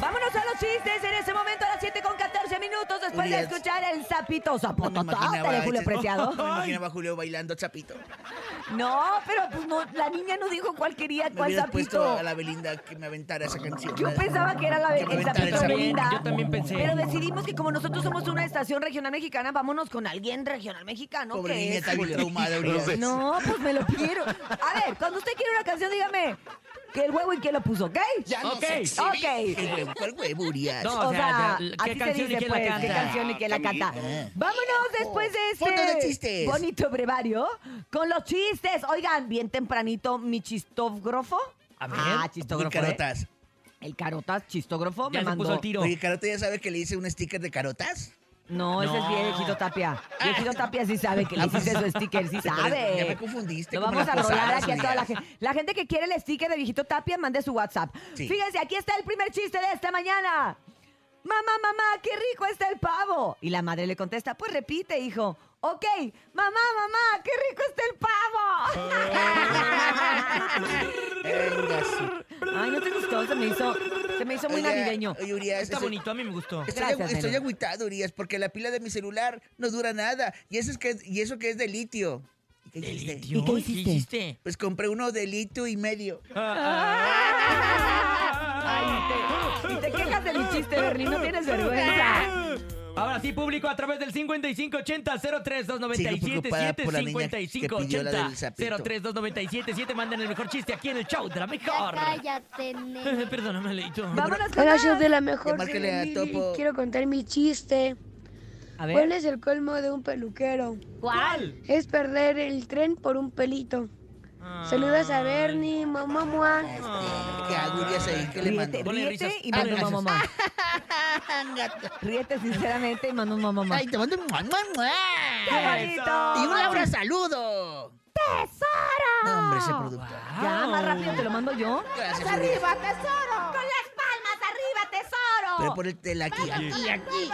Vámonos a los chistes en este momento a las 7 con 14 minutos después de Urias. escuchar el sapito No me zapototota imaginaba Pues de Julio ese- Preciado. No me imaginaba a Julio bailando chapito. No, pero pues no, la niña no dijo cuál quería, Me cuál hubieras puesto sapito. a la Belinda que me aventara esa canción. Yo pensaba que era la, Que el me aventara sapito el sapito. linda. Yo también pensé. Pero decidimos que como nosotros somos una estación regional mexicana, vámonos con alguien regional mexicano. Pobre que niña, es está bien Julio. traumada, Urias. No, pues me lo quiero. A ver, cuando usted quiere una canción, dígame que el huevo y quién lo puso, ¿ok? Ya no Ok. se exhibe. Ok. El huevo, el huevo, Urias. No, O o sea, sea, así ya, ¿qué se canción y dice, quién la pues, ¿Qué canta? canción y quién la qué canta? bonito. Vámonos después de este Eh. Fondo de chistes. bonito brevario con los chistes. Oigan, bien tempranito, mi chistógrafo. A ver. Ah, Con chistógrafo. ¿eh? carotas. El carotas chistógrafo Ya me se mandó. puso el tiro. Oye, Carota ya sabe que le hice un sticker de carotas. No, ese es No. viejito Tapia. Viejito Tapia sí sabe que le hiciste Ah, pues su sticker, sí Ya me sabe. confundiste. Lo como vamos a las rolar posadas, aquí a toda la Urias. gente. La gente que quiere el sticker de viejito Tapia, mande su WhatsApp. Sí. Fíjense, aquí está el primer chiste de esta mañana. Mamá, mamá, qué rico está el pavo. Y la madre le contesta, pues repite, hijo. Ok, mamá, mamá, qué rico está el pavo. Venga, sí. Ay, no te gustó, se me hizo, se me hizo muy Oiga, navideño. Oye, Urias, Está estoy- bonito, a mí me gustó. Estoy, Gracias, agu- estoy nene. agüitado, Urias, porque la pila de mi celular no dura nada. Y eso, es que, y eso que es de litio. ¿Y qué hiciste? Dios, qué hiciste? Pues compré uno de litio y medio. Ay, te, y te quejas de mi chiste, Berlín, no tienes vergüenza. Ahora sí, público, a través del 5580-032977, Sigo preocupada por la niña que pidió la del sapito. 5580-032977, manden el mejor chiste aquí en el show de la mejor. Cállate, nene. Eh, Perdóname, Leito. Vámonos con Hola, más. yo de la mejor. Ya márcale soy a Emily y Topo. Quiero contar mi chiste. A ¿Cuál ver, es el colmo de un peluquero? ¿Cuál? Es perder el tren por un pelito. Ah. Saludos a Bernie, mamá, mamá. ¿Qué hago, Urias, ahí? ¿Qué le mando? ríete, Ponle ríete risas. y Ah, manda un gracias. mamá. Ríete sinceramente y manda un mamá. Ay, te mando un mua, mua, mua. ¡Qué bonito! Y un Laura saludo. ¡Tesoro! No, hombre, ese producto. Ah, Ya, más rápido te lo mando yo. Gracias, Urias. tesoro! ¡Con las palmas arriba, tesoro! Pero por el tel aquí, aquí, aquí.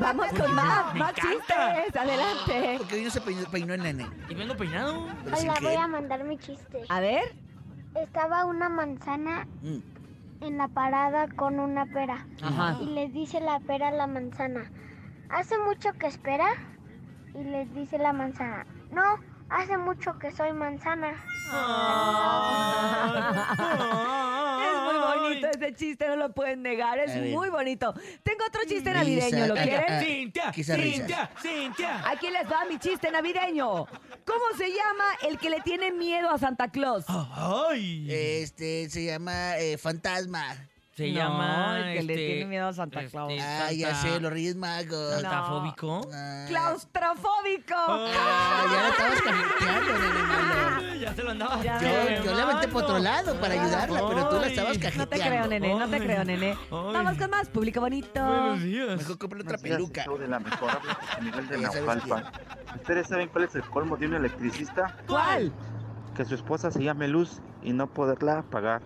Vamos con más, me más encanta. chistes. Adelante. Porque hoy no se peinó, peinó el nene. ¿Y vengo peinado? Pero sin Hola, voy gel. a mandar mi chiste. A ver. Estaba una manzana Mm. en la parada con una pera. Ajá. Y les dice la pera a la manzana, ¿hace mucho que espera? Y les dice la manzana, no, hace mucho que soy manzana. Es muy bonito Ay. ese chiste, no lo pueden negar, es A ver. muy bonito. Tengo otro chiste Lisa, navideño, ¿lo venga. quieren? Ah, Cintia, quizá risas. Cintia, Cintia. Aquí les va mi chiste navideño. ¿Cómo se llama el que le tiene miedo a Santa Claus? Ah. Ay. Este, se llama eh, Fantasma. Se No, llama. el que le este, tiene miedo a Santa Claus. Ah, ya Santa- sé, los Reyes Magos. ¿Santafóbico? Ah. ¡Claustrofóbico! Ah, ya la estabas cajeteando, nene malo. Ya se lo andaba. Ya Yo, yo la aventé por otro lado para ayudarla, pero tú la Ay. estabas No cajeteando. te creo, nene, no te Ay, creo, nene. ay. Vamos con más, público bonito. Buenos días. Mejor compré otra Buenos días, peluca. show de la mejor habla José Miguel de Ya sabes Naucalpan. ¿Ustedes saben cuál es el colmo de un electricista? ¿Cuál? Que su esposa se llame Luz y no poderla apagar.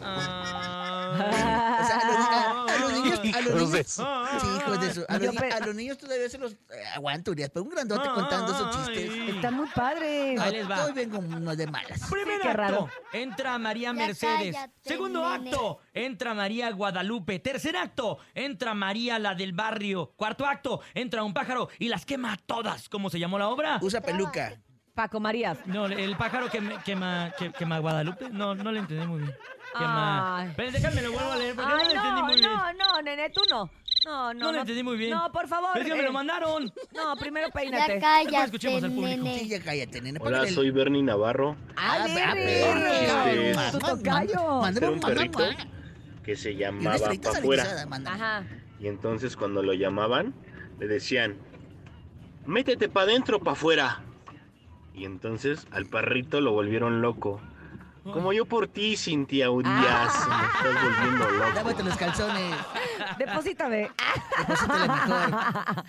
Ah. O sea, a los, a- a los niños, a los Hijos de niños, sí, hijos de su, a, los, Yo, pero- a los niños todavía se los eh, aguanto, Urias, pero un grandote contando esos chistes. Ay. Está muy padre. Ahí les va. Hoy vengo uno de malas. Primer Sí, qué acto, raro. entra María Ya Mercedes. cállate, Segundo nene. acto, entra María Guadalupe. Tercer acto, entra María la del barrio. Cuarto acto, entra un pájaro y las quema a todas. ¿Cómo se llamó la obra? Usa peluca. Paco Marías. No, el pájaro que me- quema, que, quema a Guadalupe. No, no le entendí muy bien. Quema. Ay. Pero déjame lo vuelvo a leer porque no Ay, lo no, entendí muy bien. no, no, nene, tú no. No, no. No, lo entendí muy bien. No, por favor. Es que me eh, lo mandaron. No, primero Ya peínate. escuchemos cállate, al Sí, público. nene. ya cállate, nene. Hola, ponle el- soy Bernie Navarro, ¡Ah, Ah, Berry! perro. ¡Tu tocayo! Mándame Este Era un perrito. mamá. que se Y unas llamaba fritas Pa' alegrizadas, afuera. mándame. Ajá. Y entonces cuando lo llamaban, le decían, métete pa' adentro, pa' afuera. Y entonces al perrito lo volvieron loco. Mm. Como yo por ti, Cintia, un día Ah. se me estás volviendo loco. Lávate los calzones. Deposítame. Deposítale mejor.